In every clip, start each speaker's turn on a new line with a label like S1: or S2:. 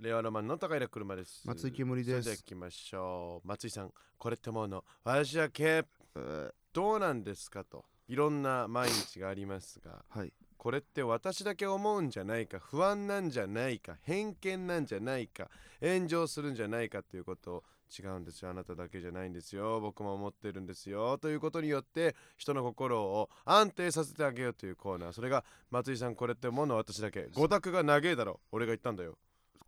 S1: 令和ロマンの高平車です
S2: 松井煙
S1: それ
S2: です
S1: では行きましょう松井さんこれってもうの私はけ
S2: え
S1: どうなんですかといろんな毎日がありますが
S2: ーはい
S1: これって私だけ思うんじゃないか不安なんじゃないか偏見なんじゃないか炎上するんじゃないかということを違うんですよあなただけじゃないんですよ僕も思ってるんですよということによって人の心を安定させてあげようというコーナーそれが松井さんこれってもの私だけ五択が長えだろ俺が言ったんだよ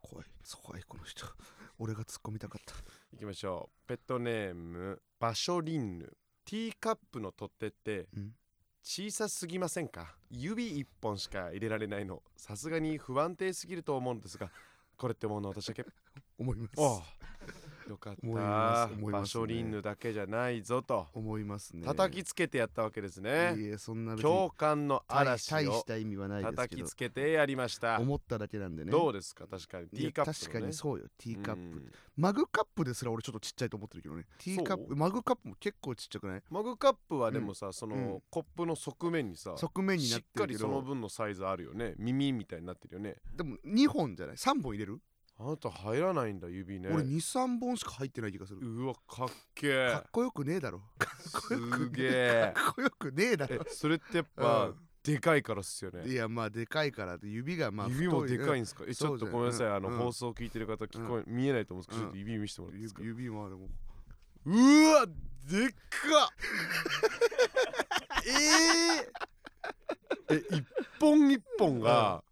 S2: 怖い怖いこの人 俺が突っ込みたかった
S1: いきましょうペットネームバショリンヌティーカップの取っ手って
S2: うん
S1: 小さすぎませんか指一本しか入れられないのさすがに不安定すぎると思うんですがこれってもうの私だけ
S2: 思います
S1: おうよかっ
S2: 思います
S1: た、
S2: 思いますね
S1: バショリンヌだけじゃないぞと
S2: 思いますね
S1: 叩きつけてやったわけです
S2: い
S1: ね
S2: いえそんな別に
S1: 共感の
S2: 大
S1: 嵐
S2: 大
S1: を
S2: した意味はないです
S1: 叩
S2: け
S1: き
S2: ど
S1: つけてやりました、
S2: 思っただけなんでね
S1: どうですか確かにテ
S2: い
S1: ィ
S2: や
S1: ーカップの、ね、
S2: 確かにそうよティーカップ、
S1: うん
S2: マグカップですら俺ちょっとちっちゃいと思ってるけどねティーカッ
S1: そ
S2: プマグカップも結構ちっちゃくない
S1: マグカップはでもさ、その、
S2: うん
S1: コップの側面にさ
S2: 側面に
S1: し
S2: なっ
S1: ってか
S2: るけ
S1: り
S2: ど
S1: その分のサイズあるよね耳みたいになってるよね
S2: でも2本じゃない3本入れる、
S1: あなた入らないんだ指ね
S2: 俺23本しか入ってない気がする
S1: うわかっけえ
S2: かっこよくねえだろ こよ
S1: す
S2: くね
S1: げえ
S2: かっこよくねえだ
S1: え
S2: ろ
S1: それってやっぱ、
S2: うん
S1: でかいからっすよね
S2: いやまあでかいからって指がまあ
S1: 指も
S2: 太
S1: でかい
S2: い
S1: んですかえち
S2: そ
S1: ょ
S2: う
S1: っ
S2: じ
S1: と
S2: ゃん
S1: ごめんなさい、あの
S2: うん
S1: 放送聞いてる方聞こえ、見えないと思うんですけど、ちょっと指見せてもらっていいですか
S2: 指指もでも
S1: うわでっかえー、え一本一本が、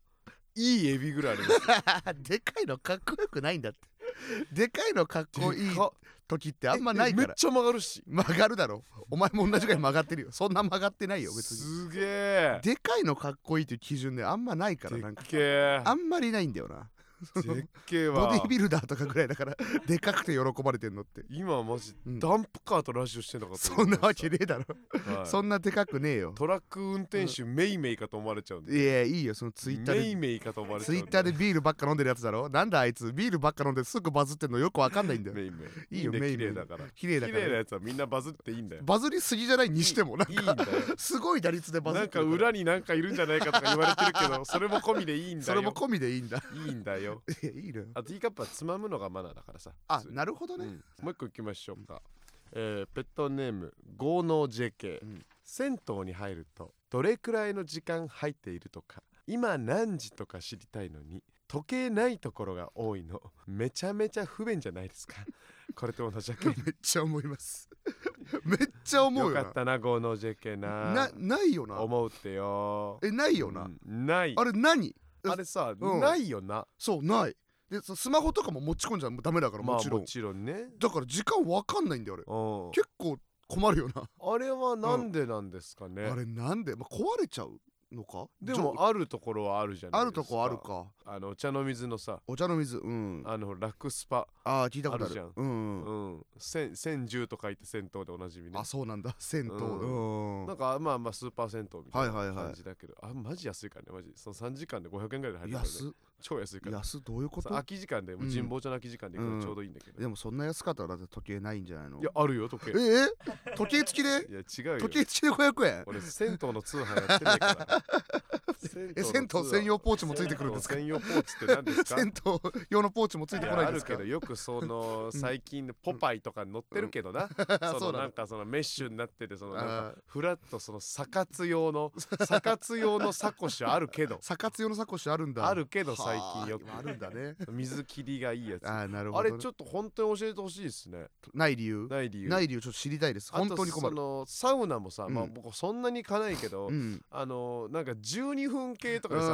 S1: いいエビぐらいあります
S2: でかいのかっこよくないんだってでかいのかっこいい
S1: でかっ
S2: 時ってあんまないか
S1: めっ
S2: ら
S1: ちゃ曲がるし
S2: 曲がるだろお前も同じぐらい曲がってるよそんな曲がってないよ別に
S1: すげえ
S2: でかいのかっこいいという基準であんまないから
S1: で
S2: なん
S1: っ
S2: か
S1: けえ
S2: あんまりないんだよな
S1: でっけえ
S2: ボ
S1: わ
S2: ディビルダーとかぐらいだから でかくて喜ばれてんのって
S1: 今マジ
S2: うん
S1: ダンプカーとラジオしてんのかと
S2: そ
S1: 思い
S2: ん
S1: ま
S2: な
S1: した
S2: わけねえだろ
S1: はい
S2: そんなでかくねえよ
S1: トラック運転手メイメイかと思われちゃうんで
S2: いやいいよそのツイッター
S1: メイ
S2: で
S1: メイかと思われちゃ
S2: ツ
S1: うん
S2: イ
S1: で
S2: ッターでビールばっか飲んでるやつだろなんだあいつビールばっか飲んですぐバズってんのよくわかんないんだよ
S1: メイメイ
S2: いいよ
S1: ね
S2: メイメイ
S1: 綺麗だから
S2: 綺麗
S1: 綺
S2: だ
S1: 麗
S2: から
S1: なやつはみんなバズっていいんだよ
S2: バズりすぎじゃないにしてもなん
S1: い
S2: か
S1: いんだよ
S2: すごい打率でバズ
S1: な
S2: っ
S1: ん
S2: て
S1: か
S2: るから
S1: 裏になんかいるんじゃないかとか言われてるけどそれも込みでいいんだ
S2: それも
S1: よ
S2: 込みでいいんだ
S1: いいんだよ
S2: いやいいのよ
S1: あティーカップはつまむのがマナーだからさ
S2: あ
S1: 普通に
S2: なるほどね、
S1: うんもう一個いきましょうか、えーペットネーム豪農 JK、
S2: うん
S1: 銭湯に入るとどれくらいの時間入っているとか今何時とか知りたいのに時計ないところが多いのめちゃめちゃ不便じゃないですか これと同じだ け
S2: めっちゃ思います めっちゃ思
S1: よ
S2: うよ
S1: か
S2: な
S1: ったな豪農 JK
S2: な
S1: な
S2: ないよな
S1: 思うってよ
S2: えないよな、
S1: うんない
S2: あれ何
S1: あれさ、
S2: うん
S1: ないよな
S2: そうないでそスマホとかも持ち込んじゃもうダメだから
S1: まあ
S2: もちろん、
S1: もちろんね
S2: だから時間わかんないんだよあれ
S1: うん
S2: 結構困るよな、
S1: あれはなんでなんですかね、
S2: あれなんで、まあ、壊れちゃうのか
S1: で
S2: じゃ
S1: もあるところはあるじゃな
S2: あ
S1: い
S2: る
S1: ですか
S2: とこあるか
S1: あのお茶の水のさ
S2: お茶の水うんあ
S1: あのラクスパ、
S2: あー聞いたことあ
S1: あるじ
S2: る
S1: ゃん
S2: うん、うん
S1: うん、千千十と書いて銭湯でおなじみね
S2: あ。そうなんだ銭湯う
S1: うん
S2: ん
S1: なんかまあまあスーパー銭湯みたいな
S2: はいはいはい
S1: 感じだけど、あマジ安いからねマジその3時間で500円ぐらいで入るから、ね、
S2: 安
S1: 超安いから
S2: 安どういうこ
S1: さ
S2: と
S1: 空き時間でもう神保町の空き時間で行くのちょうどいいんだけど、
S2: でもそんな安かったらだって時計ないんじゃないの
S1: いやあるよ時計
S2: え
S1: い
S2: え時計付きで
S1: や違うよ
S2: 時計付きで500円
S1: 俺銭湯の通販やってないから
S2: え銭湯専用ポーチもついてくるんですか
S1: 銭湯ポーチって何ですか
S2: 銭湯用のポーチもつい
S1: い
S2: て
S1: や
S2: こない
S1: あ
S2: んで
S1: る
S2: すか
S1: けどよくその最近のポパイとかに載ってるけどな、そ
S2: そ
S1: の
S2: うなの
S1: なんかそのメッシュになっててそのなん
S2: あ
S1: か
S2: ー
S1: フラッとそのサカツ用 のサカツ用のサコッシュあるけど
S2: サカツ用のサコッシュあるんだ
S1: あるけど最近よく
S2: はああるんだね
S1: 水切りがいいやつあ,、
S2: ああなるほどね、
S1: れちょっと本当に教えてほしいですね
S2: ない理由
S1: ない理由
S2: ない理由ちょっと知りたいです
S1: あと
S2: 本当に困
S1: そ
S2: る
S1: のサウナもさ、まあ
S2: うん
S1: 僕そんなに行かないけど、
S2: うん
S1: あのなんか12分系とかで
S2: う
S1: さあ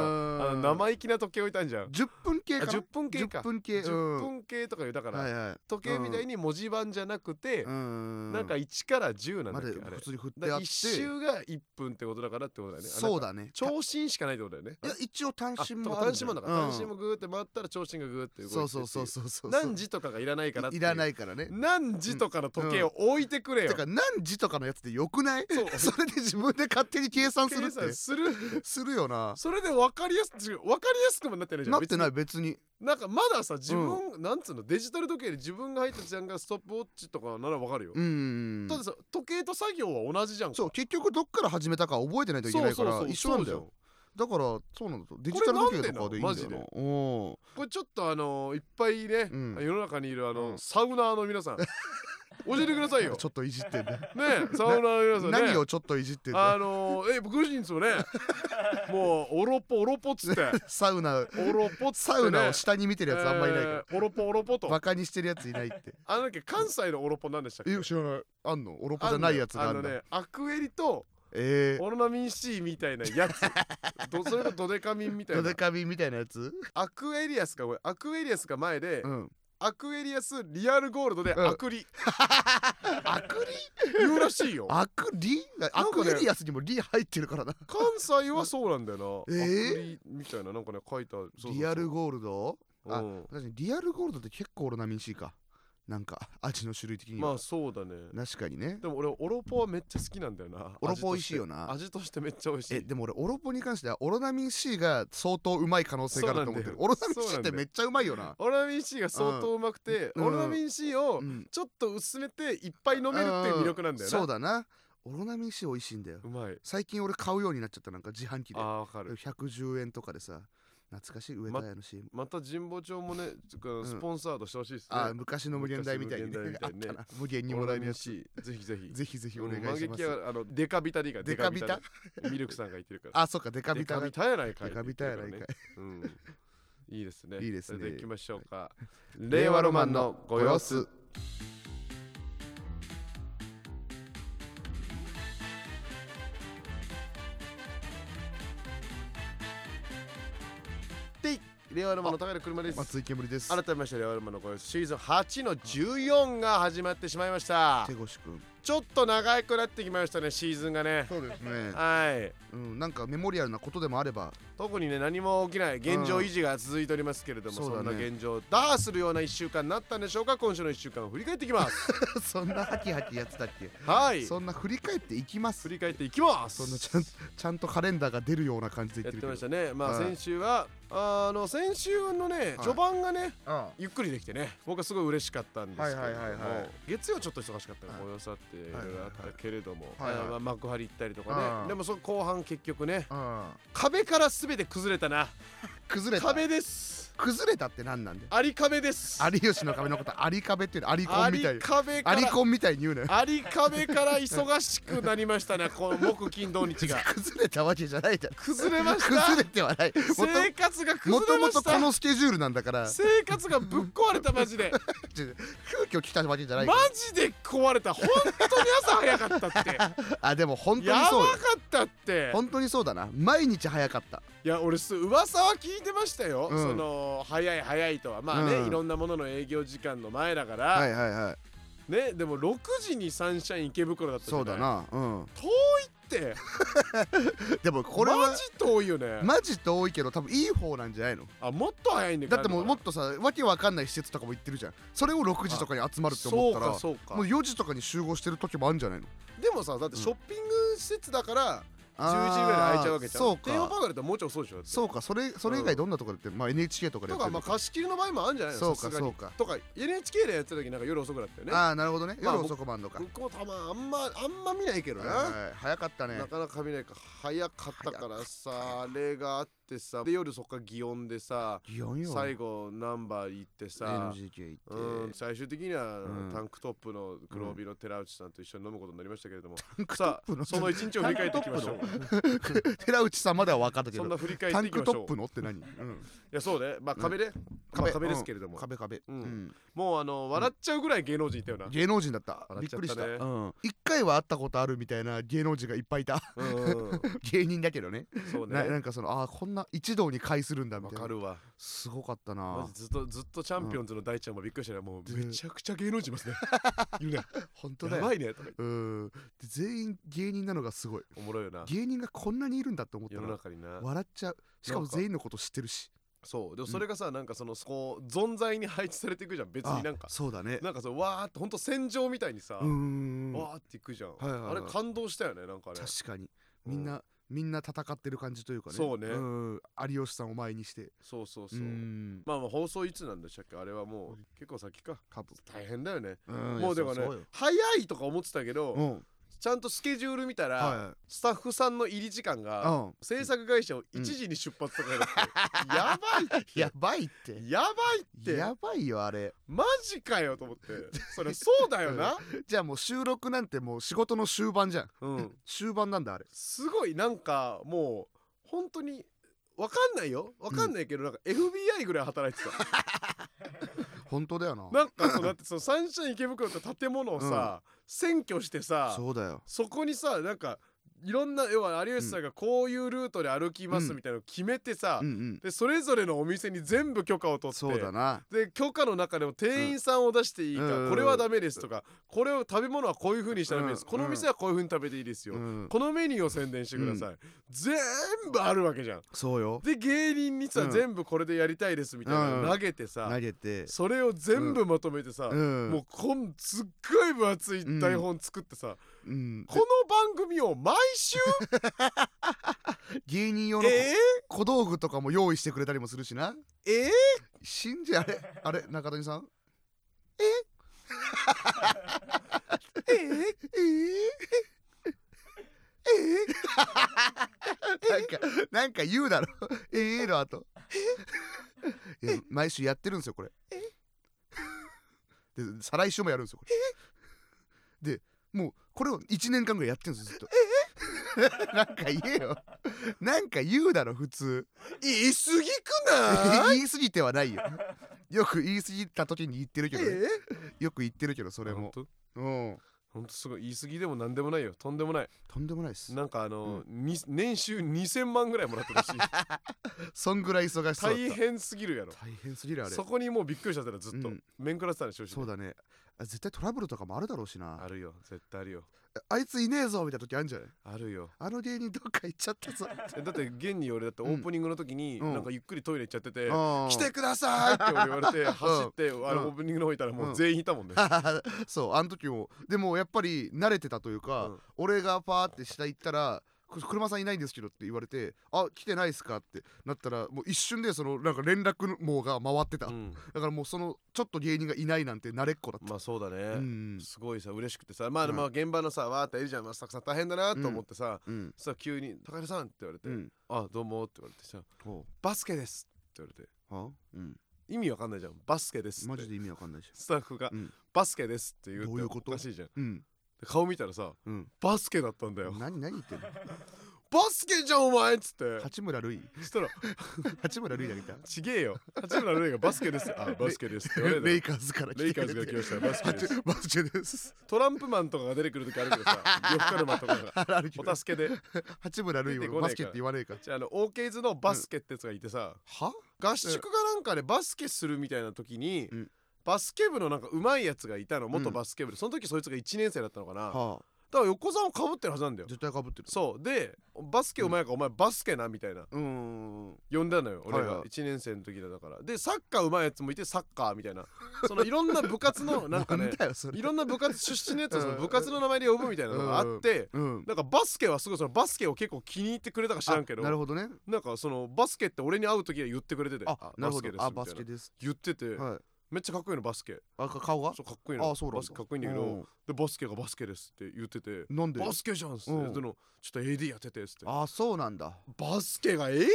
S2: ーん
S1: の生意気な時計置いたんじゃん
S2: 10分計
S1: あ
S2: かな
S1: 10分系か
S2: 10分計
S1: 10
S2: うん
S1: 分系とかいうだから、
S2: はいはい
S1: 時計みたいに文字盤じゃなくて、
S2: うん
S1: なんか1から10なんだ
S2: ま
S1: っ
S2: で
S1: けあれ
S2: 普通に振っ
S1: だ
S2: て
S1: か
S2: あ
S1: ら
S2: って
S1: 一周が1分ってことだからってことだよね
S2: そう
S1: だ
S2: だね
S1: 長針しかないってことだよね
S2: いや一応単
S1: あ
S2: 身も
S1: と
S2: ある
S1: 単身も
S2: んだよ
S1: だから単身もグーって回ったら長針がグーって
S2: う
S1: 動
S2: ん
S1: いてってい
S2: そうそうそうそうそう
S1: 何時とかがいらないからって
S2: いうらないからね
S1: 何時とかの時計を置いてくれよ
S2: て、か何時とかのやつでよくない
S1: そう
S2: それで自分で勝手に計算する
S1: 計
S2: っ
S1: 算
S2: て
S1: する
S2: するよな
S1: それで分かりやすく分かりやすくもなってないじゃ
S2: なんってない
S1: 別
S2: 別に
S1: になんかまださ自分、なんつうのデジタル時計で自分が入った時間がストップウォッチとかなら分かるよ、
S2: うん
S1: たださ時計と作業は同じじゃんか
S2: そう結局どっから始めたか覚えてないといけないから一緒なんだよだからそうなんだとデジタル時計とかでいいんだ
S1: これな
S2: よ
S1: んでなの
S2: うん
S1: これちょっとあのいっぱいね、
S2: うん
S1: 世の中にいるあの、
S2: うん
S1: サウナーの皆 さん教えてくださいよね
S2: ちょっといじ ってんだ
S1: サウナーの皆さんね
S2: 何をちょっといじってん
S1: あ
S2: だ
S1: のえ僕自身ですよねもうオロポオロポっつって
S2: サウナ
S1: オロポっつって、ね、
S2: サウナを下に見てるやつあんまいないから、
S1: えーオロポオロポと
S2: バカにしてるやついない って
S1: あのだっけ関西のオロポなんでしたっけ
S2: え知らないあんのオロポじゃないやつがある
S1: の
S2: んだ
S1: ねアクエリと
S2: え
S1: オロナミン C みたいな やつどそれとドデカミンみ
S2: ー
S1: たい
S2: ド
S1: な
S2: デカビみたいなやつ
S1: アクエリアスかこれアクエリアスが前で、
S2: うん
S1: アクエリアスリアルゴールドで
S2: うん
S1: アクリ、
S2: アクリ
S1: 言うらしいよ
S2: アクリア
S1: んかね
S2: クエリアスにもリ入ってるからな
S1: 関西はそうなんだよな、
S2: えー
S1: アクリみたいななんかね書いた
S2: リアル
S1: ゴ
S2: ゴールドあ
S1: うん
S2: 確かにリアルゴールドって結構オロナミン C かなんか味の種類的には
S1: まあそうだね
S2: 確かにね
S1: でも俺オロポはめっちゃ好きなんだよな
S2: オロポ美味しいよな
S1: 味として味としてめっちゃ美味しい
S2: えでも俺オロポに関してはオロナミン C が相当うまい可能性があると思ってる
S1: そう
S2: オ
S1: な
S2: ロ
S1: んだ
S2: ナ
S1: よ
S2: ミン C ってめっちゃうまいよな
S1: オロナミン C が相当うまくて、
S2: うん
S1: オロナミン C を
S2: うん
S1: ちょっと薄めていっぱい飲めるっていう魅力なんだよな
S2: そうだなオロナミン C 美味しいんだよ
S1: うまい
S2: 最近俺買うようになっちゃったなんか自販機で
S1: あーわかる
S2: 110円とかでさ懐かしい上田屋の CM、
S1: また神保町もねつか
S2: ん
S1: スポンサードしてほしいですね、
S2: あー昔の無限大みたいにね
S1: 昔の無限大みたいにね
S2: あったな無限に
S1: オ
S2: も
S1: ロナ
S2: らえる
S1: ミン
S2: やつ
S1: C ぜひぜひ
S2: ぜひぜひお願い
S1: うん
S2: し
S1: 間
S2: ま
S1: 劇
S2: す
S1: はあのデカビタリが
S2: デカビタ
S1: ねミルクさんが言ってるから
S2: あそっかデカビタだ
S1: デカビタやないか
S2: デカビタやないかい
S1: うんいいですね
S2: いいですね
S1: それで行きましょうか令和ロマンのご様子で令和ロマンの高い車です
S2: 松井煙です
S1: 改めまして令和ロマンのご様子シーズン8の14が始まってしまいました
S2: 手越くん
S1: ちょっと長くなってきましたねシーズンがね
S2: そうですね
S1: はい
S2: うんなんかメモリアルなことでもあれば
S1: 特にね何も起きない現状維持が続いておりますけれども、
S2: うん
S1: そんな
S2: そうだね
S1: 現状を打破するような1週間になったんでしょうか今週の1週間を振り返っていきます
S2: そんなハキハキやってたっけ
S1: はい
S2: そんな振り返っていきます
S1: 振り返っていきます
S2: そんなちゃんちゃんとカレンダーが出るような感じで
S1: や
S2: 言
S1: っ
S2: って
S1: て
S2: るけど
S1: ましたねまあ
S2: はい
S1: 先週は、あの先週のね
S2: い
S1: 序盤がね、
S2: あ
S1: ゆっくりできてね僕はすごい嬉しかったんですけれども、
S2: はいはいはいはい
S1: 月曜ちょっと忙しかった
S2: はい
S1: のおよさっていろいろ
S2: はいはいはい
S1: あったけれども、
S2: はいはい
S1: あーまあ幕張行ったりとか
S2: う
S1: ね
S2: ん
S1: でもその後半結局ね
S2: あ
S1: 壁から全て崩れたな
S2: 崩れた
S1: 壁です
S2: 崩れたって何なんだよ
S1: アリ壁です
S2: 有吉の壁のことアリ壁っていうのアリコ
S1: ア
S2: ンみ
S1: リ
S2: たい
S1: 壁か
S2: アリ
S1: ら
S2: コンみたいに言うなよ
S1: アリ壁から忙しくなりましたね、この木金土日が。
S2: 崩れたわけじゃないじゃん
S1: 崩れました
S2: 崩れてはないも
S1: 生活が
S2: とも
S1: 崩
S2: と
S1: れま
S2: も
S1: し
S2: と
S1: た
S2: このスケジュールなんだから
S1: 生活がぶっ壊れたマジで
S2: 急遽来たわけじゃ
S1: マ
S2: ないから
S1: ジで壊れた本当に朝早かったって
S2: あでも本当
S1: や
S2: に
S1: ば
S2: そうよ
S1: かったって
S2: 本当にそうだな毎日早かった
S1: いや俺す噂は聞いてましたよ、
S2: うん
S1: その早い早いとはまあね、
S2: うん
S1: いろんなものの営業時間の前だから、
S2: はいはいはい
S1: ねでも6時にサンシャイン池袋だったじゃ
S2: そ
S1: な
S2: う
S1: い
S2: だなうん
S1: 遠いって
S2: でもこれ
S1: マ
S2: は
S1: ジ遠いよね、
S2: マジ遠いけど多分いい方なんじゃないの
S1: あもっと早いんだ
S2: だってもうもっとさわけわかんない施設とかも行ってるじゃんそれを6時とかに集まるって思ったら
S1: そうかそうか
S2: もう4時とかに集合してる時もあるんじゃないの
S1: でもさだってショッピング施設だから11時ぐらい空いちゃうわけじゃん
S2: そう
S1: テーマパー
S2: か
S1: クだったらもうちょい遅いでしょだって
S2: そうかそれそれ以外どんなとこでやってるまあ NHK とかで
S1: と
S2: やって
S1: か
S2: る
S1: まあ貸し切りの場合もあるんじゃないの
S2: そう
S1: さ
S2: か
S1: すが
S2: そ
S1: に
S2: うか
S1: とか NHK でやってた時なんか夜遅くだったよね
S2: ああなるほどね
S1: まあ
S2: 夜遅くまんのか
S1: 僕もたまあんまあんま見ないけど
S2: はい
S1: な
S2: はい早かったね
S1: なかなか見ないから早かったからさあれがあってさで夜そっから祇園でさ
S2: 4よ
S1: 最後ナンバー行ってさ
S2: NGK
S1: う
S2: 行っ
S1: ん
S2: て
S1: 最終的には
S2: うん
S1: タンクトップの黒帯の寺内さんと一緒に飲むことになりましたけれども
S2: タンクトッ
S1: さ
S2: プの
S1: あその一日を振り返っていきましょう
S2: 寺内さんまでは分かったけ
S1: そん
S2: ど
S1: な振り返っ
S2: タ
S1: て
S2: ン
S1: いきま
S2: ク
S1: しょ
S2: ト
S1: う
S2: ップのって何うん
S1: いやそうね、まあ壁ね、まあ、壁ですけれども、
S2: 壁壁
S1: う
S2: うんん
S1: もうあの笑っちゃうぐらい芸能人いたよな、
S2: 芸能人だった
S1: 笑っ
S2: びっ
S1: ちゃったね
S2: くりしたうん一回は会ったことあるみたいな芸能人がいっぱい いた
S1: うんうん
S2: 芸人だけどね
S1: そう
S2: なな
S1: ね
S2: んかそのああこんな一堂に会するんだみ
S1: わ
S2: たい
S1: か
S2: な
S1: るわ
S2: すごかった
S1: マ
S2: な
S1: ジずっとずっとチャンピオンズの大ちゃんもびっくりしたねもうめちゃくちゃ芸能人いますね言うね
S2: 本当だ
S1: や
S2: よ
S1: ばいねとか
S2: うんで全員芸人なのがすごい
S1: おもろいよな
S2: 芸人がこんなにいるんだって思った
S1: 世の
S2: ら
S1: 中にな
S2: 笑っちゃうしかも
S1: なんか
S2: 全員のこと知ってるし
S1: そうでもそれがさ、なんかそのそこう存在に配置されていくじゃん別
S2: あ
S1: になんか
S2: そうだね
S1: なんかそうわーってほんと戦場みたいにさ、
S2: うーん
S1: わーっていくじゃん、
S2: はいはいはい
S1: あれ感動したよねなんかね
S2: 確かに
S1: うん
S2: みんなみんな戦ってる感じというかね
S1: そうね
S2: ん有吉さんを前にして
S1: そうそう
S2: う
S1: そう、
S2: ん
S1: まあまあ放送いつなんでしたっけあれはもう結構先か
S2: 多分
S1: 大変だよね
S2: うん
S1: もうでもね
S2: そうよ
S1: 早いとか思ってたけど、
S2: うん
S1: ちちゃんとスケジュール見たら、
S2: は
S1: スタッフさんの入り時間
S2: い、う
S1: が、
S2: ん
S1: 制作会社を1時に出発とかやるって、 やばいって
S2: やばいって
S1: やばいって
S2: やばいよあれ
S1: マジかよと思 ってそれそうだよな、
S2: じゃあもう収録なんてもう仕事の終盤じゃん
S1: うん、
S2: 終盤なんだあれ
S1: すごいなんかもう本当にわかんないよわかんないけど、なんか FBI ぐらい働いて た
S2: 本当だよな
S1: なんかそうだってそのサンシャイン池袋って建物をさ、占拠してさ
S2: そうだよ
S1: そこにさなんかいろんな要は有吉さんがこういうルートで歩きますみたいなのを決めてさ、
S2: うんうん
S1: でそれぞれのお店に全部許可を取って
S2: そうだな
S1: で許可の中でも店員さんを出していいか、
S2: うん
S1: これはダメですとかこれを食べ物はこういう風にしたらダメです、
S2: うん
S1: この店はこういう風に食べていいですよ、
S2: うん
S1: このメニューを宣伝してください、全部あるわけじゃん
S2: そうよ
S1: で芸人にさ、
S2: うん
S1: 全部これでやりたいですみたいな
S2: うん
S1: の投げてさ、
S2: 投げて
S1: それを全部まとめてさ、
S2: うん
S1: もうこんすっごい分厚い台本作ってさ、
S2: うん
S1: この番組を毎週
S2: 芸人用の
S1: え
S2: 小道具とかも用意してくれたりもするしな
S1: ー、え
S2: 信じあれあれ中谷さん
S1: ー、えー、
S2: ええええなんかなんか言うだろええのあと毎週やってるんですよこれで再来週もやるんですよこれでもうこれを1年間ぐらいやってるんですよずっと なんか言えよなんか言うだろ普通
S1: 言い過ぎく ない
S2: 言い過ぎてはないよよく言い過ぎた時に言ってるけ
S1: え
S2: どね
S1: ー、
S2: よく言ってるけどそれ
S1: ほん
S2: も
S1: と
S2: うん
S1: ほんとすごい言い過ぎでもなんでもないよとんでもない
S2: とんでもないです
S1: なんかあの、に年収2000万ぐらいもらって るし
S2: そんぐらい忙しそうだった
S1: 大変すぎるやろ
S2: 大変すぎるあれ
S1: そこにもうびっくりしちゃったらずっと、
S2: うん
S1: 面食らってたね正直
S2: そうだねあ絶対トラブルとかもあるだろうしな
S1: あるよ絶対あるよ
S2: ああいついねえぞみたいな時あるんじゃない
S1: あるよ
S2: あの芸人どっか行っちゃったぞ
S1: えだって現に俺だってオ
S2: うん
S1: ープニングの時に、
S2: うん
S1: なんかゆっくりトイレ行っちゃってて、来
S2: 来
S1: てくださいって俺言われて走って、あ
S2: うん
S1: のオープニングの方いたらもう全員いたもんね、
S2: そうあの時もでもやっぱり慣れてたというか、
S1: うん
S2: 俺がパーって下行ったらく車さんいないんですけどって言われてあ来てないっすかってなったらもう一瞬でそのなんか連絡網が回って た、
S1: うん
S2: だからもうそのちょっと芸人がいないなんて慣れっこだった、
S1: まあそうだね、
S2: うん
S1: すごいさ嬉しくてさまあ、
S2: うん
S1: まあ現場のさわーってエリちゃんまあスタッフさん大変だなと思ってさ、
S2: うん
S1: さ急に「高田さん」って言われて「
S2: うん
S1: あどうも」って言われてさ
S2: ほ
S1: 「バスケです」って言われて
S2: うはうん
S1: 意味わかんないじゃんバスケですっ
S2: マ
S1: て
S2: ジで意味わかんないじ
S1: スタッフが、
S2: うん
S1: バスケですって言うって
S2: どういうこと
S1: おかしいじゃん
S2: ゃんうん
S1: で顔見たらさ
S2: うん
S1: バスケだったんだよ
S2: 何何言ってんの
S1: バスケじゃんお前っつって
S2: 八 村塁
S1: そしたら
S2: 八村塁だみたい
S1: ちげえよ八村塁がバスケ ですあバスケですって言わ
S2: な
S1: れ
S2: レイ
S1: て
S2: カーズから来て
S1: レイカーズが来ましたよバスケです
S2: 八バスケです
S1: トランプマンとかが出てくる時あるけど さ呂布カルマとかが
S2: あるあるけど
S1: お助けで
S2: 八村塁
S1: 出てこ
S2: は
S1: ないから
S2: バスケって言わねえか
S1: じゃああの OK ズのバスケってやつがいてさ、
S2: は
S1: 合宿がなんかでバスケするみたいな時に、
S2: うん
S1: バスケ部のなんか上手いやつがいたの元
S2: うん
S1: バスケ部でその時そいつが1年生だったのかな、だか
S2: はあ
S1: ら横澤をかぶってるはずなんだよ
S2: 絶対かぶってる
S1: そうでバスケうまいからお前バスケなみたいな
S2: うーん
S1: 呼んだのよ俺
S2: はい
S1: が
S2: はい
S1: 1年生の時だからでサッカーうまいやつもいてサッカーみたいなそのいろんな部活 のなんか
S2: な
S1: ね
S2: んだよそれ
S1: いろんな部活出身のやつをその
S2: うん
S1: 部活の名前で呼ぶみたいなのがあって
S2: うん
S1: なんかバスケはすごいそのバスケを結構気に入ってくれたか知らんけど
S2: あなるほどね
S1: なんかそのバスケって俺に会う時は言ってくれてて
S2: あなるほどあバ
S1: バ
S2: ス
S1: ス
S2: ケ
S1: ケですみたいな
S2: です
S1: 言ってて
S2: はい
S1: めっちゃかっこいいのバスケ
S2: あか顔が
S1: そうかっこいいの
S2: あそうなん
S1: バ
S2: だ
S1: スケかっこいいんだけどでバスケがバスケですって言ってて
S2: うんなんで
S1: バスケじゃんっすね
S2: うん
S1: でのちょっと AD やっててっつって
S2: あそうなんだ
S1: バスケが AD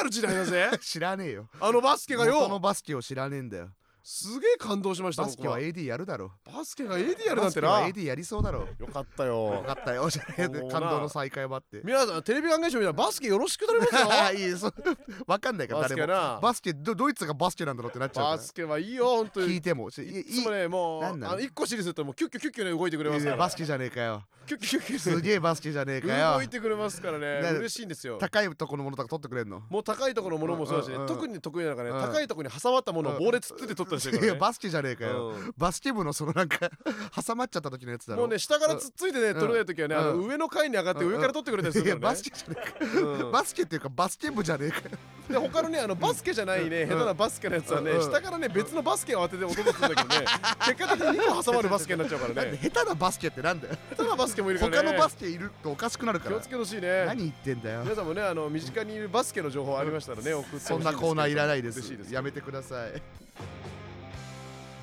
S1: ある時代だぜ
S2: 知らねえよ
S1: あのバスケが
S2: 元の
S1: よ
S2: バスケを知らねえんだよ
S1: すげえ感動しました
S2: バスケは
S1: 僕
S2: AD やるだろ
S1: バスケが AD やるな
S2: バ
S1: ん
S2: ス
S1: て
S2: ケは
S1: な
S2: AD やりそうだろ
S1: よかった
S2: 分
S1: よ
S2: かったよじゃねえ
S1: もうな
S2: 感動の再会もあ って
S1: 皆さんテレビ関係者みたいなバスケよろしく頼みますよ
S2: いいそう わかんないから
S1: バス
S2: 誰
S1: ケ
S2: も
S1: な
S2: バスケどドイツがバスケなんだろうってなっちゃう
S1: バ
S2: か
S1: スケはいいよ本当
S2: ら聞
S1: に
S2: い
S1: い
S2: てもしいいい
S1: つもねもうあ
S2: なんなの
S1: の1個シリーズだともうキュッキュキュッキュね動いてくれま
S2: い
S1: す
S2: や
S1: か
S2: バ
S1: ら
S2: スケじゃねえ かよ
S1: キュッキュキュッキュ
S2: すげえバスケじゃねえか
S1: 動
S2: よ
S1: いてくれますからね
S2: な
S1: 嬉しいんですよ
S2: 高いとこのものとか取ってくれんの
S1: もう高いところのものもそうだしね
S2: うんうんうん
S1: 特に得意なのがね
S2: うん
S1: 高いところに挟まったものを棒でつってて取ったりしてる
S2: い
S1: か
S2: や
S1: らね
S2: バスケじゃねえかよ
S1: うん
S2: バスケ部のそのなんか挟まっちゃった時のやつだろ
S1: もうね下からつっついてね
S2: ん
S1: 取れない時はねあの
S2: うん
S1: 上の階に上がって上から取ってくれたりする
S2: いや
S1: んだよ
S2: バ
S1: ね
S2: スケじゃねえか
S1: うん
S2: バスケっていうかバスケ部じゃねえかよ
S1: で他のねあのバスケじゃないね下手なバスケのやつはね
S2: うん
S1: 下からね別のバスケを当てて落とすんだけど ね結果的に2個挟まるバスケになっちゃうから
S2: なんで
S1: ね
S2: 下手なバスケってなんだよ
S1: 下手なバスケもいるからね
S2: 他のバスケいるとおかしくなるか
S1: 気を
S2: ら
S1: つけてほしいね
S2: 何言ってんだよ
S1: 皆さんもねあの身近にいるバスケの情報ありましたらね送ってほしいですけ
S2: そ
S1: ど
S2: んなコーナーいらないです
S1: 嬉しいです
S2: やめてください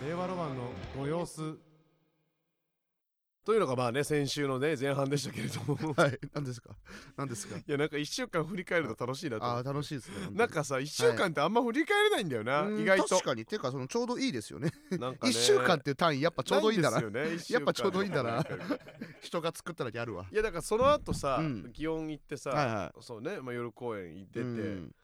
S1: 令和ロマンのご様子というのがまあね先週のね前半でしたけれども
S2: はい何ですか何ですか
S1: いやなんか1週間振り返ると楽しいなと思
S2: ああ
S1: って
S2: 楽しいですね本当に
S1: なんかさ1週間ってあんま振り返れないんだよな、
S2: うん
S1: 意外と
S2: 確かにていうかそのちょうどいいですよね
S1: なんか
S2: 一
S1: ね
S2: 週間っていう単位やっぱちょうどいいんだな
S1: ないんですよね一週間
S2: やっぱちょうどいいんだな
S1: なんか
S2: 人が作っただけあるわ
S1: いやだからその後さ、
S2: うん
S1: 祇園行ってさ、
S2: はいは
S1: そうね、まあ、夜公園行っ
S2: い
S1: てて、うん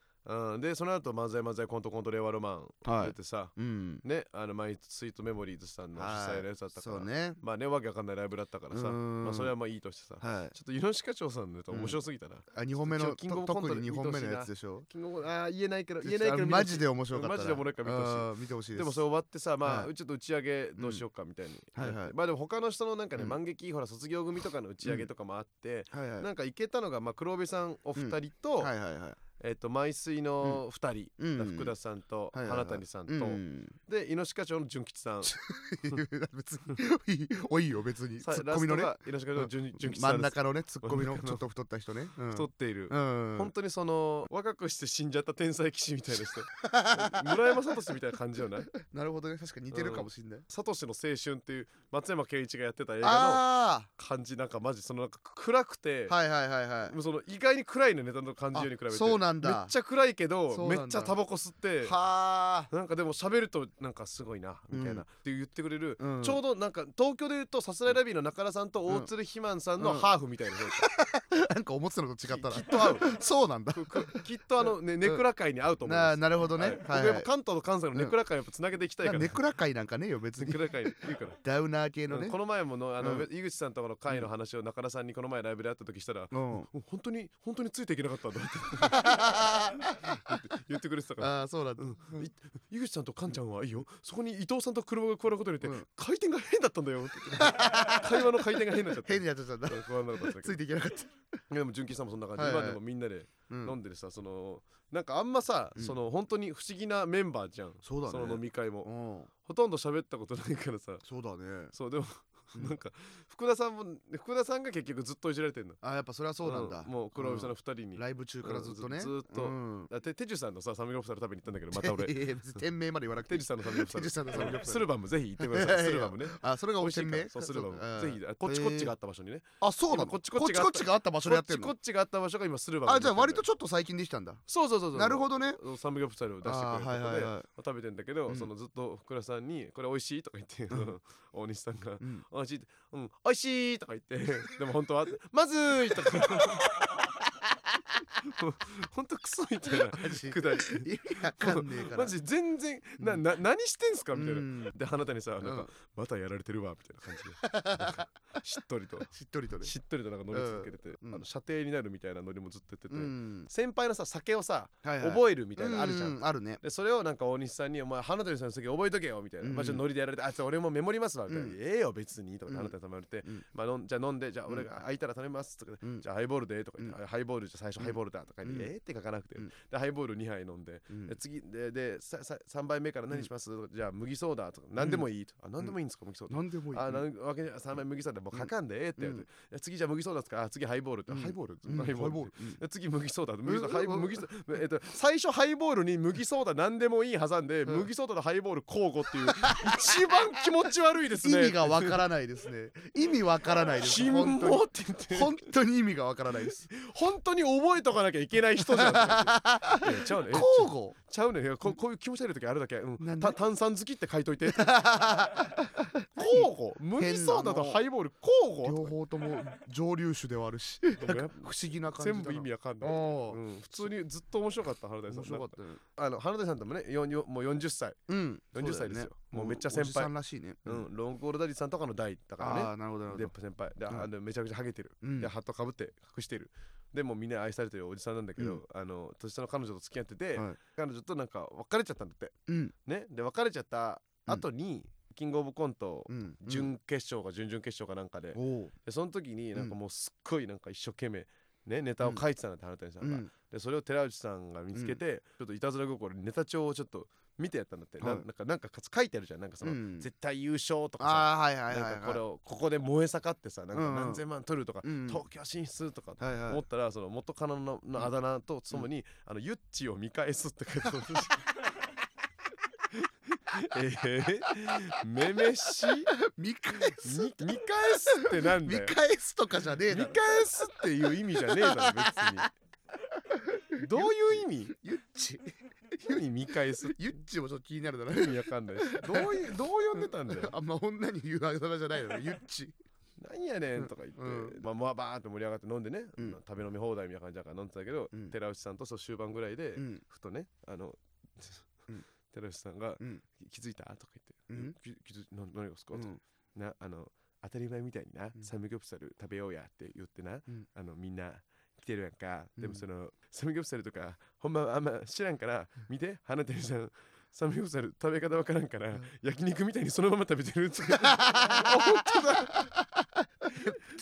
S1: でその後漫才漫才コントコント令和ロマン
S2: はい
S1: 出てさ、
S2: うん
S1: ねあのマイスイートメモリーズさんの主催のやつだったから、
S2: そうね
S1: まあねわけわかんないライブだったからさ、
S2: うん
S1: まあそれはまあいいとしてさ、
S2: はい
S1: ちょっとユノシカ長さんのネタ面白すぎたな、
S2: あ二本目の
S1: キングオブ
S2: と
S1: コント
S2: 特
S1: で
S2: に
S1: 見て
S2: 二本
S1: ほしいな
S2: 目のやつでしょ
S1: キングオブあー言えないけど言えないけ
S2: あ
S1: ど
S2: れマジで面白かったな
S1: マジでおもろいから見てほしい
S2: うん見てほしいです
S1: でもそれ終わってさまあ、
S2: は
S1: ちょっと打ち上げどうしようかみたいに、
S2: うんはいはい
S1: まあでも他の人のなんかね、
S2: うん
S1: 万劇ほら卒業組とかの打ち上げとかもあって、
S2: はいはい
S1: なんか行けたのがまあ黒帯さんお二人と、
S2: はいはいはい
S1: えっ、と舞水の二人、
S2: うんうん
S1: 福田さんと
S2: はいはいはい
S1: 花谷さんと、
S2: うん
S1: で猪鹿町の純吉さん
S2: 別においよ別にツ
S1: さ
S2: ッ
S1: ラ
S2: コミ
S1: ス
S2: の
S1: ト
S2: ね
S1: が猪鹿町の純純吉さ
S2: 真
S1: ん
S2: ん
S1: です
S2: 中のねツッコミの
S1: 真ん中の
S2: ちょっと太った人ねうん
S1: 太っている、
S2: うん
S1: 本当にその若くして死んじゃった天才騎士みたいな人 村山聡みたいな感じよな
S2: なるほどね確かに似てるかもしんない
S1: 聡の青春っていう松山ケンイチがやってた映画
S2: あ
S1: の感じなんかマジそのなんか暗くて、
S2: あはいはいはいはい
S1: もうその意外に暗いのネタの感じように比べて
S2: あそうなんだ
S1: めっちゃ暗いけ
S2: そ
S1: ど
S2: う
S1: め
S2: なん
S1: っ
S2: だ
S1: ちゃタバコ吸って
S2: はあ、
S1: なんかでも喋るとなんかすごいなみたいな、
S2: うん
S1: って言ってくれる、
S2: うん
S1: ちょうどなんか東京で言うとさすらいラビーの中田さんと大鶴ひまんさんの
S2: うん
S1: ハーフみたいな、
S2: なんか思ってたのと違ったな
S1: きっと合う
S2: そうなんだ
S1: くくきっと あのねネクラ界に合うと思いま
S2: な
S1: す
S2: なるほどね
S1: 僕
S2: は
S1: やっ
S2: い、は
S1: ぱ
S2: い
S1: 関東と関西のネクラ界やっぱつなげていきたいか
S2: な
S1: ら、
S2: ネクラ界なんかねえよ別
S1: ネ
S2: に
S1: クラ界言う から。
S2: ダウナー系の
S1: う
S2: ね
S1: んこの前ものあの、
S2: うん
S1: 井口さんとこの会の話を中田さんにこの前ライブで会った時したら、
S2: うん
S1: もう本当に本当についていけなかったんだって 言って言ってくれてたから
S2: ああそうなんだ、
S1: い井口さんとカンちゃんはいいよそこに伊藤さんと車が加わることによって、
S2: うん
S1: 回転が変だったんだよって言って 会話の回転が変になっちゃった
S2: 変にやっちゃったんだ
S1: うん加わんなかったんですけ
S2: つ
S1: ど
S2: いていけなかった、
S1: でも純喜さんもそんな感じ、
S2: はいはい
S1: 今でもみんなで
S2: うん
S1: 飲んでるさそのなんかあんまさ、
S2: うん
S1: その本当に不思議なメンバーじゃん
S2: そうだね
S1: の飲み会も、
S2: うん
S1: ほとんど喋ったことないからさ
S2: そうだね
S1: そうでも、
S2: うん
S1: なんか福田さんも福田さんが結局ずっといじられてんの
S2: あーやっぱそれはそうなんだ、
S1: んもう黒帯さんの二人に、
S2: ライブ中からずっとね、
S1: うんずずっと
S2: うん、
S1: あててじゅさんのさサムギョプサル食べに行ったんだけどまた
S2: い
S1: 俺
S2: やいや別に店名まで言わなくて
S1: て
S2: いい
S1: じゅさんのサムギョプサ
S2: テ
S1: ル
S2: ジさんのサムギョプサ
S1: ス
S2: ル
S1: ルバムぜひ行ってください
S2: いや
S1: ス
S2: いや
S1: ルバムね
S2: あそれが
S1: 美
S2: お
S1: 味しいか
S2: 店名
S1: らそうスルバ
S2: うん
S1: ムぜひあこっちこっちがあった場所にね
S2: あそうなの
S1: 今こっちこっちがあった
S2: こっちこっちがあった場所でやってるの
S1: こっちこっちがあった場所が今スルバム
S2: あじゃあ割と
S1: ち
S2: ちょっと最近できたんだ
S1: そうそうそうそう
S2: なるほどね
S1: サムギョプサルを出してくれ
S2: あ
S1: る
S2: ー
S1: と
S2: はい
S1: こ
S2: は
S1: で
S2: いはい
S1: 食べてんだけど、
S2: うん
S1: そのずっと福田さんに「これ美味しい?」とか言って、その 大西さんが
S2: うん
S1: 「美味しい」って「うん美味しい」とか言って でも本当は「まずい!」 とか本当クソみたいな
S2: マジ
S1: くだり
S2: 意味わかんねえから
S1: マジ全然なな何してんすかみたいな、
S2: うん
S1: で花谷さなんか、
S2: うん
S1: またやられてるわみたいな感じでなんか しっとりと
S2: しっとりとね
S1: しっとりとなんか乗り続けてて、
S2: うん
S1: あの射程になるみたいなノリもずっとやってて、
S2: うん
S1: 先輩のさ酒をさ、
S2: はいはい
S1: 覚えるみたいなのあるじゃん、
S2: うあるね
S1: でそれをなんか大西さんに「お前花鳥さんの席覚えとけよ」みたいな、
S2: うん
S1: まあちょっとノリでやられて「あちょ俺もメモりますわ」みたいな「
S2: うん
S1: ええよ別に」とかって
S2: うん
S1: 花鳥さんも言われて、
S2: うん
S1: まあ、飲んじゃあ飲んでじゃあ
S2: うん
S1: 俺が空いたら頼みます」とか、
S2: うん
S1: じゃあハイボールで」とか言って、
S2: う
S1: ハイボールじゃ最初
S2: うん
S1: ハイボールだ」とか言って「
S2: うん
S1: ええって書かなくて、
S2: うん
S1: でハイボール2杯飲んで、
S2: うん
S1: で次ででささ3杯目から何します、じゃあ麦ソーダとか何でもいいと、あ何でもいいんですか麦ソーダ、
S2: 何でもいい
S1: あなんわけじゃ3杯麦ソーダもう書かんでええって言われて、いや次じゃあ麦ソーダですかあ次ハイボールって、
S2: うん
S1: ハイボール、
S2: うん
S1: ハイボール
S2: ハイボ
S1: っ
S2: ール
S1: て
S2: うん
S1: で次麦ソーダ麦ソーダハイ
S2: うん
S1: 麦ソーダえっと最初ハイボールに麦ソーダ何でもいい挟んで、
S2: うん
S1: 麦ソーダとハイボール交互っていう一番気持ち悪いです
S2: 意
S1: ね
S2: 味がわからないですね意味わからないです
S1: キモ
S2: 本当に
S1: って言って
S2: 本当に意味がわからな いです
S1: 本当に覚えとかなきゃいけない人じ ゃんとか言っていやちゃうね
S2: 交互
S1: ちゃうねんいやここういう気持ち悪い時あるだけ、う、
S2: なんんで
S1: た炭酸好きって書いとい て交互麦ソーダとハイボール交互
S2: 両方とも上流種ではあ るし
S1: なんか
S2: 不思議な感じだ
S1: 全
S2: な
S1: 部意味わかんない、
S2: お
S1: う
S2: ー
S1: ん、普通にずっと面白かった原田さん
S2: 面白かったね
S1: あの原田さんともねよんよもう40歳、
S2: うん
S1: 40歳
S2: そうだ
S1: ですよ
S2: ね
S1: もうめっちゃ先輩
S2: おじさんらしいね
S1: うんロングオールダディさんとかの代だから
S2: あ
S1: ね
S2: あなるほどな
S1: で
S2: る
S1: 先輩で、あ
S2: うん
S1: あのめちゃくちゃハゲてる、
S2: うん
S1: でハットかぶって隠してるでもうみんなに愛されてるおじさんなんだけど、
S2: うん
S1: あの年下の彼女と付き合ってて、
S2: はい
S1: 彼女となんか別れちゃったんだって
S2: ほどうん
S1: ねで別れちゃった後に、キングオブコント
S2: うん
S1: 準決勝か準々決勝かなんかで,、
S2: おお
S1: でその時になんかもうすっごいなんか一生懸命ねネタを書いてたなんて花谷さ
S2: うん
S1: が、
S2: ん
S1: でそれを寺内さんが見つけて、ちょっといたずら心にネタ帳をちょっと見てやったんだって、な
S2: はい
S1: なんかなんかかつ書いてあるじゃんなんかその、
S2: うん
S1: 絶対優勝とかさ
S2: ああはいはいはい
S1: なんかこれ
S2: は
S1: をここで燃え盛ってさなんか
S2: うんうん
S1: 何千万取るとか、
S2: うん
S1: 東京進出とか
S2: いはいは
S1: 思
S2: い
S1: ったらその元カノののあだ名とともに、あのユッチを見返すって書いてある えー、 めめし
S2: 見返す
S1: み見返すってなん
S2: 見
S1: だよ
S2: 返すとかじゃねえ
S1: 見
S2: だ
S1: 返
S2: ろ
S1: すっていう意味じゃねえだろ別にどういう意味
S2: ゆっち
S1: 何見返すって
S2: ゆっちもちょっと気になるだろ
S1: 意味わかんないしどういうどう呼んでたんだよ
S2: あんま女に言うあだ名じゃな いだろゆっち
S1: 何やねんとか言って、
S2: うん
S1: まあまあバーって盛り上がって飲んでね、
S2: うん
S1: 食べ飲み放題みたいな感じだから飲んでたけど、
S2: うん
S1: 寺内さんとそう終盤ぐらいで、
S2: うん
S1: ふとねあの、
S2: うん
S1: 寺内さんが
S2: うん
S1: 「気づいた?」とか
S2: う
S1: 言って
S2: ん
S1: 「き気づいな何がですか?」
S2: う
S1: とか
S2: ん
S1: なあの当たり前みたいにな、
S2: うん
S1: サムギョプサル食べようやって言ってな、
S2: うん
S1: あのみんな来てるやんか、でも
S2: うん
S1: そのサムギョプサルとかほんまあんま知らんから見て花照さんサムギョプサル食べ方わからんから、
S2: うん
S1: 焼肉みたいにそのまま食べてるって言ってあ本当だ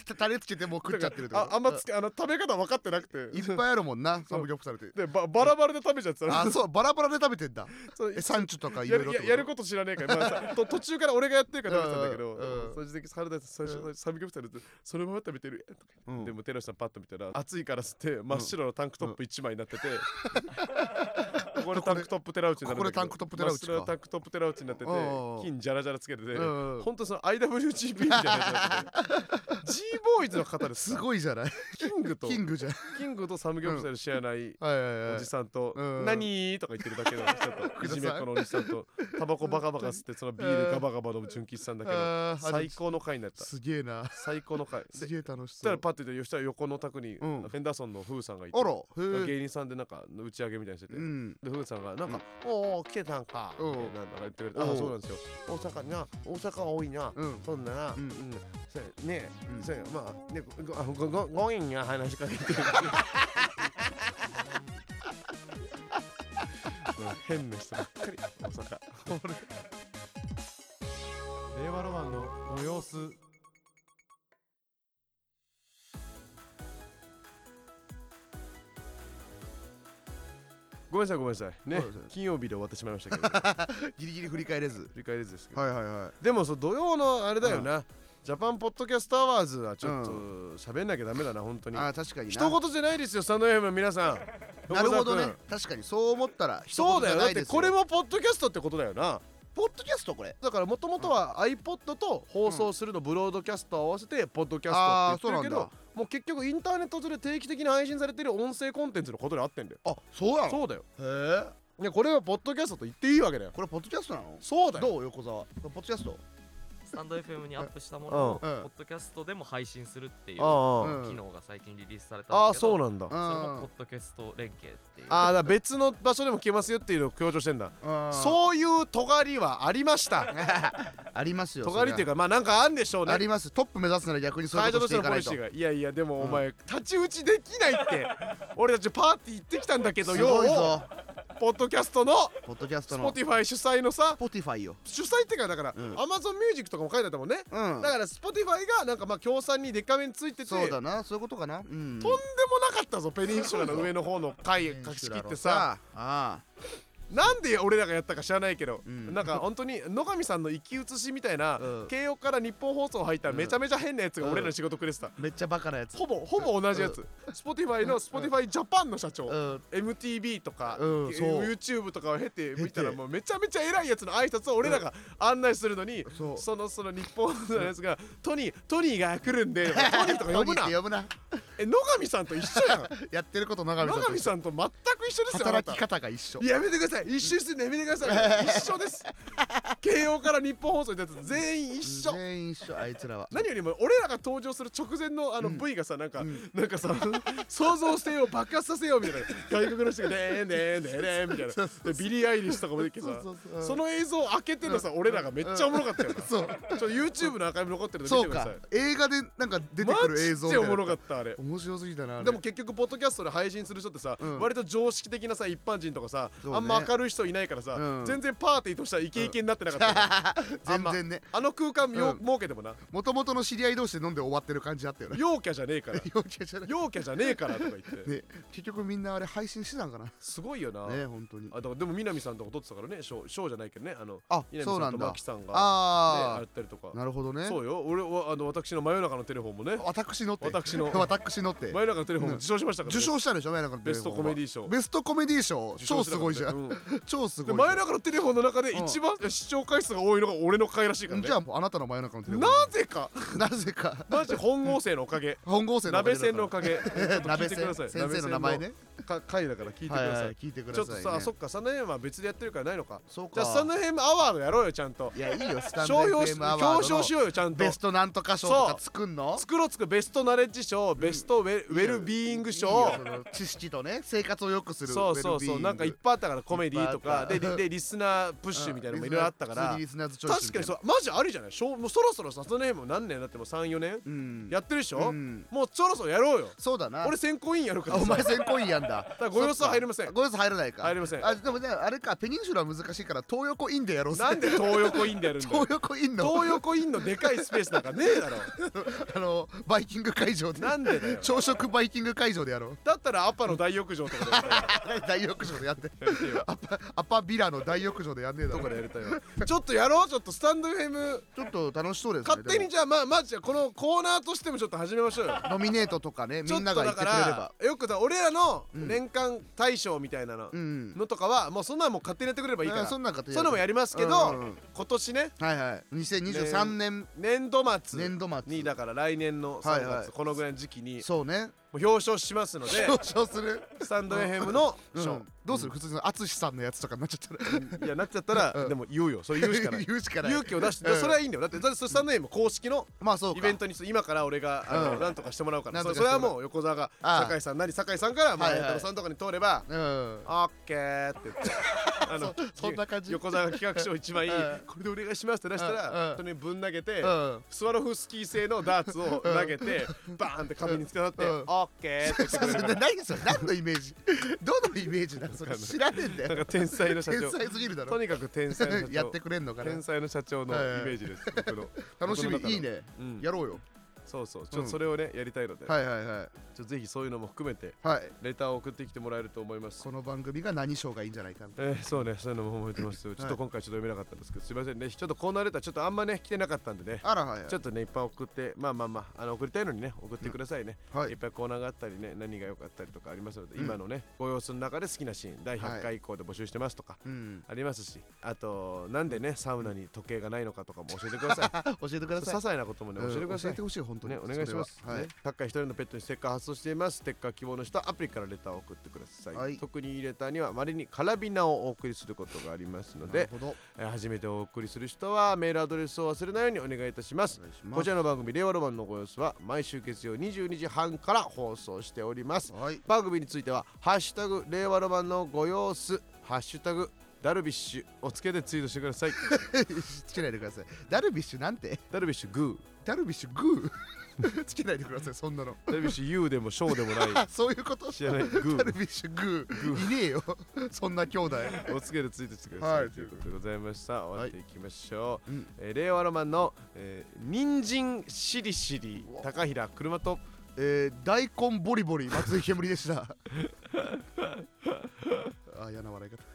S2: たタレつけてもう食っちゃってるってこと
S1: ああんまつけあの食べ方分かってなくて
S2: いっぱいあるもんなサムギョプサルって
S1: でばバラバラで食べちゃってた
S2: あ
S1: の
S2: そうバラバラで食べてんだ
S1: そう
S2: えサンチュとかい
S1: や
S2: ろい
S1: る
S2: ろ
S1: ややること知らねえから、まあさ、と途中から俺がやってるから食べてたんだけど、
S2: うんうん
S1: その時原田さん最初サムギョプサルってそのまま食べてるやんとか
S2: と、うん
S1: でもテラシさんパッと見たら暑いから吸って真っ白のタンクトップ1枚になってて、 ここでタンクトップテラウチになるんだけど
S2: ここでタンクトップテラウチか
S1: 真っ白のタンクトップテラウチになってて
S2: うん
S1: 金ジャラジャラつけてて、
S2: うんうん
S1: ほんとその IWGP みたいなや つ G ボーイズの方です
S2: す
S1: か
S2: ごいじゃない
S1: キングと
S2: キングじゃん
S1: キングとサムギョプサル知らない
S2: はいはい
S1: お
S2: はい
S1: じさんと
S2: う
S1: 「
S2: ん
S1: 何?」とか言ってるだけ のちょっとい
S2: 福田さん
S1: じめっ子のおじさんとタバコバカバカ吸ってそのビールガバガバ飲む純喫茶んだけど
S2: あーあ
S1: 最高の回になった
S2: すげえ な
S1: 最高の回です
S2: げえ楽し
S1: そした
S2: そう
S1: らパッて言ってそしたら横の宅に、
S2: うん
S1: フェンダーソンのフーさんがいて
S2: あらへえ
S1: 芸人さんでなんか打ち上げみたいにしてて、
S2: うん
S1: でフーさんがなんか「おお来てたんか」
S2: うん
S1: みたいななんか言ってくれて「
S2: うん
S1: あそうなんですよ大阪な大阪多いな」
S2: うん
S1: そんなら、う
S2: うんん
S1: そうやねえ、
S2: うん
S1: そうやまあねごあごごご縁が話しかけてる変な人ばっかり大阪 令和ロマンのご様子ごめんなさいごめんなさいね、
S2: はいはい
S1: 金曜日で終わってしまいましたけど
S2: ギリギリ振り返れず
S1: 振り返りずですけど、
S2: はいはいはい
S1: でもそう土曜のあれだよな、ジャパンポッドキャストアワーズはちょっと
S2: う
S1: 喋んなきゃダメだな本当に
S2: あー確かにな
S1: 一言じゃないですよサノエム皆さん
S2: なるほ
S1: 横
S2: ど
S1: 澤
S2: ね
S1: 君
S2: 確かにそう思ったら
S1: そうだよだってこれ
S2: も
S1: もポッドキャストってことだよな
S2: ポッドキャストこれ
S1: だからもともとは iPod と放送するのブロードキャストを合わせてポッドキャストって言ってるけ
S2: あーそう
S1: ど
S2: な
S1: もう結局インターネット上で定期的に配信されてる音声コンテンツのことにあってんだよ
S2: あそうなの
S1: そうだよ
S2: へえ
S1: いやこれはポッドキャストと言っていいわけだよ
S2: これポッドキャストなの
S1: そうだよ
S2: どう横澤ポッドキャスト
S3: スタンド FM にアップしたものを、
S1: うん
S3: ポッドキャストでも配信するっていう機
S1: あ
S2: うん
S3: 能が最近リリースされた
S1: ああ
S3: ん
S1: あ
S3: ですけど、
S1: そうなんだ
S2: う
S1: あ
S3: それもポ
S2: ん
S3: ッドキャスト連携っていう。
S1: あだから別の場所でも聞けますよっていうのを強調してんだ
S2: うん
S1: そういう尖りはありま した。
S2: ありますよ
S1: 尖りという
S2: か
S1: か、まあなんかあんでしょう
S2: あ
S1: ね。
S2: りますトップ目指すなら逆にそうい
S1: 会
S2: う
S1: 社
S2: ことと
S1: し
S2: して
S1: て
S2: い
S1: の
S2: か
S1: ポ
S2: ない
S1: リシ
S2: と
S1: ーが、いやいや、でも
S2: うん
S1: お前、太刀打ちできない って。俺たちパーティー行ってきたんだけど
S2: す
S1: よ
S2: ごい、ぞ
S1: ポッドキャストの
S2: ポッドキャストの
S1: Spotify 主催のさ、
S2: ポティファイよ
S1: 主催っていうか、だから、
S2: うん
S1: Amazon Music とかも書いてあったもんね。
S2: うん
S1: だから Spotify がなんかまあ協賛にデカめについてて、とん
S2: そう
S1: でも
S2: だなそういうことかなうん
S1: なかったぞ、ペニンシュラの上の方の回書き切ってさ。
S2: あ
S1: なんで俺らがやったか知らないけど、
S2: うん
S1: なんか本当に野上さんの生き写しみたいな、
S2: うん
S1: 慶応から日本放送入っためちゃめちゃ変なやつが俺らの仕事くれてた、
S2: あめっちゃバカなやつ
S1: ほぼほぼ同じやつ、Spotify の Spotify ジャパンの社長、
S2: うん
S1: MTV とか、
S2: うんそう
S1: YouTube とかを経て見たら
S2: 経て
S1: もうめちゃめちゃ偉いやつの挨拶を俺らが案内するのに、
S2: そう
S1: そのその日本放送のやつが、トニートニーが来るんで」トニーとか呼ぶ
S2: トニーっ
S1: な
S2: て呼ぶな
S1: え野上さんと一緒 やん
S2: やってること長見
S1: 野
S2: さん
S1: 上さん
S2: と一緒
S1: と全く一緒ですよあな
S2: 働
S1: た
S2: き方が一緒
S1: やめてください一緒でするのやめてください一緒です慶応から日本放送に出たやつ全員一緒
S2: 全員一緒あいつらは
S1: 何よりも俺らが登場する直前のあの V がさ、なんか、なんかさ想像してよ爆発させようみたいな外国の人がねーねーねーねーみたいなでビリー・アイリッシュとかも出てきてさ
S2: そうそうそう
S1: その映像を開けてのさ、俺らがめっちゃおもろかったよな、ちょ
S2: そう
S1: っと YouTube のアーカイブ残ってるの見
S2: そ
S1: て
S2: う
S1: くだ
S2: か
S1: さい
S2: 映画でなんか出てく
S1: マ
S2: る映像
S1: ジ
S2: み
S1: でお
S2: たいな
S1: もろかったあれ
S2: 面白すぎたなあれ
S1: でも結局ポッドキャストで配信する人ってさ、
S2: うん
S1: 割と常識的なさ一般人とかさ、
S2: そうね
S1: あんま明るい人いないからさ、
S2: うん
S1: 全然パーティーとしてはイケイケになってななかったよね
S2: 全然ね
S1: あの空間よ
S2: うん
S1: 儲けてもな
S2: もともとの知り合い同士で飲んで終わってる感じだったよね
S1: 陽キャじゃねえから
S2: 陽キャじゃない
S1: 陽キャじゃねえからとか言って
S2: ね結局みんなあれ配信してたんかな
S1: すごいよな
S2: ね本当に
S1: あだからでも南さんとか撮ってたからねショーショーじゃないけどねあの
S2: あ
S1: 南
S2: そう
S1: さ
S2: なん
S1: と
S2: ん
S1: マ
S2: だ
S1: キさんがね、
S2: あ
S1: やったりとか
S2: あなるほどね
S1: そうよ俺はあの私の真夜中のテレフォンもね
S2: 私のって
S1: 私の
S2: 私のって
S1: 真夜中のテレフォンも受賞しましたから、ね
S2: 受賞したでしょ前なんか
S1: ベストコメデ
S2: ィ
S1: ィ賞
S2: ベストコメディ賞
S1: 受
S2: 超
S1: 賞し
S2: す
S1: たから
S2: ご
S1: ね
S2: いじゃん
S1: うん
S2: 超す
S1: で
S2: ごい
S1: 真夜中のテレフォンの中で
S2: うん
S1: 一番視聴回数が多いのが俺の回らしいからね
S2: じゃあもうあなたの真夜中のテレフォン
S1: なぜか
S2: なぜか
S1: マジ本郷生のおか げ
S2: 本郷生の
S1: 鍋線のおかげ
S2: 鍋
S1: ちょっと聞いてくだ
S2: 線
S1: さい
S2: 先生の名前ね
S1: か回だから聞いてくだ
S2: は
S1: さ
S2: い
S1: い,、
S2: はい聞いてくだ
S1: ち
S2: さ
S1: ょ
S2: い
S1: っ
S2: ね
S1: とさ、そっかサナエンは別でやってるからないのか
S2: そう
S1: じゃあ
S2: か
S1: サナエンアワードやろうよちゃんと
S2: いやいいよスタンド
S1: 商標し
S2: FM アワ
S1: 表
S2: ー
S1: 彰
S2: ドの
S1: しようよちゃんと
S2: ベストなんとか賞とか作んの
S1: 作ろう作ろうベストナレッジ賞ベストウェ,、ウェルビーイング
S2: いいよ
S1: 賞
S2: その知識とね生活を良くする
S1: そうそうそうなんかいっぱいあったからコメディーと
S2: いっ
S1: か
S2: ぱいあ
S1: で
S2: った
S1: でリスナープ
S2: プ
S1: ッシュみたいなのもいろいろあったから
S2: リスナーズチョイス
S1: 確
S2: み
S1: か
S2: た
S1: に
S2: いな
S1: そうマジありじゃないしょうもうそろそろさその辺も何年だってもう34年
S2: うん
S1: やってるでしょ、
S2: うん
S1: もうそろそろやろうよ
S2: そうだな
S1: 俺選考委員やるか
S2: あ
S1: らさ
S2: お前選考員やんだ
S1: らご様子は入れません
S2: そっかご様子入らないか
S1: 入れません
S2: あでもねあれかペニンシュラは難しいから東横インでやろうぜ
S1: なんで 東横インでやるんだよ
S2: 東横インの
S1: 東横インのでかいスペースなんかねえ だろ
S2: あのバイキング会場で
S1: なんでだよ
S2: 朝食バイキング会場でやろう
S1: だったらアッパの大浴場とかでや
S2: 大浴場でやって
S1: りたいよ
S2: アパアパビラの大浴場でやんねえだ
S1: と
S2: ろ
S1: かでやりたいよちょっとやろうちょっとスタンド FM
S2: ちょっと楽しそうですね
S1: 勝手に
S2: で
S1: じゃあまあまあじゃあこのコーナーとしてもちょっと始めましょうよ
S2: もノミネートとかね
S1: ちょ
S2: み
S1: っと
S2: んなが言
S1: だ
S2: ってく
S1: か
S2: れれば
S1: らよくだ俺らの
S2: うん
S1: 年間大賞みたいなの、
S2: うん
S1: のとかはもうそんなのもう勝手にやってくれればいいから、
S2: あそ
S1: そん
S2: んなんかと
S1: なのもやりますけど、
S2: うんうんうん
S1: 今年ね
S2: はいはい2023年
S1: 年度末
S2: 年度末
S1: にだから来年の
S2: は
S1: 3
S2: い
S1: 月、
S2: はい
S1: このぐらいの時期に
S2: そうね
S1: もう表彰しますので
S2: 表彰する
S1: スタンド FM の
S2: うん
S1: 賞、
S2: どうする普通の淳さんのやつとかになっちゃったら
S1: いやなっちゃったら、
S2: うん
S1: でも言うよそれ言うしかない
S2: 言うしかない
S1: 勇気を出して、で
S2: うん
S1: それはいいんだよだってだってスタンド FM 公式の
S2: まあそうか
S1: イベントに今から俺があの、
S2: うん
S1: なんとかしてもらうから
S2: な
S1: そ
S2: んと
S1: れ
S2: か
S1: それは
S2: してもらう
S1: もう横澤が
S2: ああ
S1: 酒井さんなり酒井さんからまあ
S2: はいはい
S1: 太郎さんとかに通れば
S2: うん
S1: 「オッケー」って 言ってあの
S2: そそんな感じ
S1: 横澤が企画書を一枚
S2: うん
S1: 「これでお願いします」って出した
S2: うんう
S1: ら
S2: ん
S1: それにぶん投げて
S2: うん
S1: スワロフスキー製のダーツを投げてバーンって壁に突き当たって
S2: う
S1: 「
S2: ん
S1: オッケー」って言って
S2: そ
S1: くれる
S2: うそう
S1: から
S2: な何それ何のイメージどのイメージなのそれ知らねえんだ
S1: なん
S2: よ
S1: か天才の社
S2: 天
S1: 長
S2: 才すぎるだ
S1: と
S2: ろ
S1: にかく天才の社長
S2: やってくれんのかな
S1: 天才の社長のイ
S2: はいはい
S1: メージ です僕の
S2: 楽しみ
S1: 僕の中の
S2: いいね
S1: うん
S2: やろうよ
S1: そうそうちょっとそれをねやりたいので
S2: はいはいはい
S1: ちょっとぜひそういうのも含めて
S2: はい
S1: レターを送ってきてもらえると思います
S2: この番組が何賞がいいんじゃないかみたい
S1: えー、そうねそういうのも思ってますよちょっと今回ちょっと読めなかったんですけどすいませんねちょっとコーナーレターちょっとあんまね来てなかったんでね
S2: なあらはい
S1: ちょっとねいっぱい送ってまあまあまああの送りたいのにね送ってくださいね、、
S2: はいい
S1: っぱいコーナーがあったりね何が良かったりとかありますので、
S2: うん
S1: 今のねご様子の中で好きなシーン第100
S2: は
S1: 回以降で募集してますとか、
S2: うん
S1: ありますしあとなんでねサウナに時計がないのかとかも教えてく ださいちょっ
S2: 教えてくだ
S1: と些
S2: さい
S1: 細なこともね教えてください、
S2: うん教えてほしい本当に
S1: ね、お願いします
S2: そ。れは
S1: ね各回一人のペットにステッカー発送しています。ステッカー希望の人はアプリからレターを送ってください。
S2: はい
S1: 特にいいレターにはまれにカラビナをお送りすることがありますの
S2: はいなる
S1: で、
S2: ほど
S1: えー初めてお送りする人はメールアドレスを忘れないようにお願いいたします
S2: お。願いします
S1: こちらの番組「令和ロマンのご様子」は毎週月曜22時半から放送しております。
S2: はい
S1: 番組については「ハッシュタグ令和ロマンのご様子」「ハッシュタグダルビッシュ」をつけてツイートしてください。
S2: つけないでくださいダルビッシュなんて
S1: ダルビッシュグ
S2: ダルビッシュグー つけないでくださいそんなの
S1: ー。ダルビッシュユーでもショーでもない。
S2: あそういうこと
S1: 知らないグー
S2: ダルビッシュグーいねえよそんな兄弟
S1: おつけてついてしてください、
S2: はい
S1: ということでございました終わっていきましょう、
S2: うん
S1: えー令和ロマンの、えー、人参しりしり高平車と
S2: えー、大根ボリボリ松井煙でした あ嫌な笑い方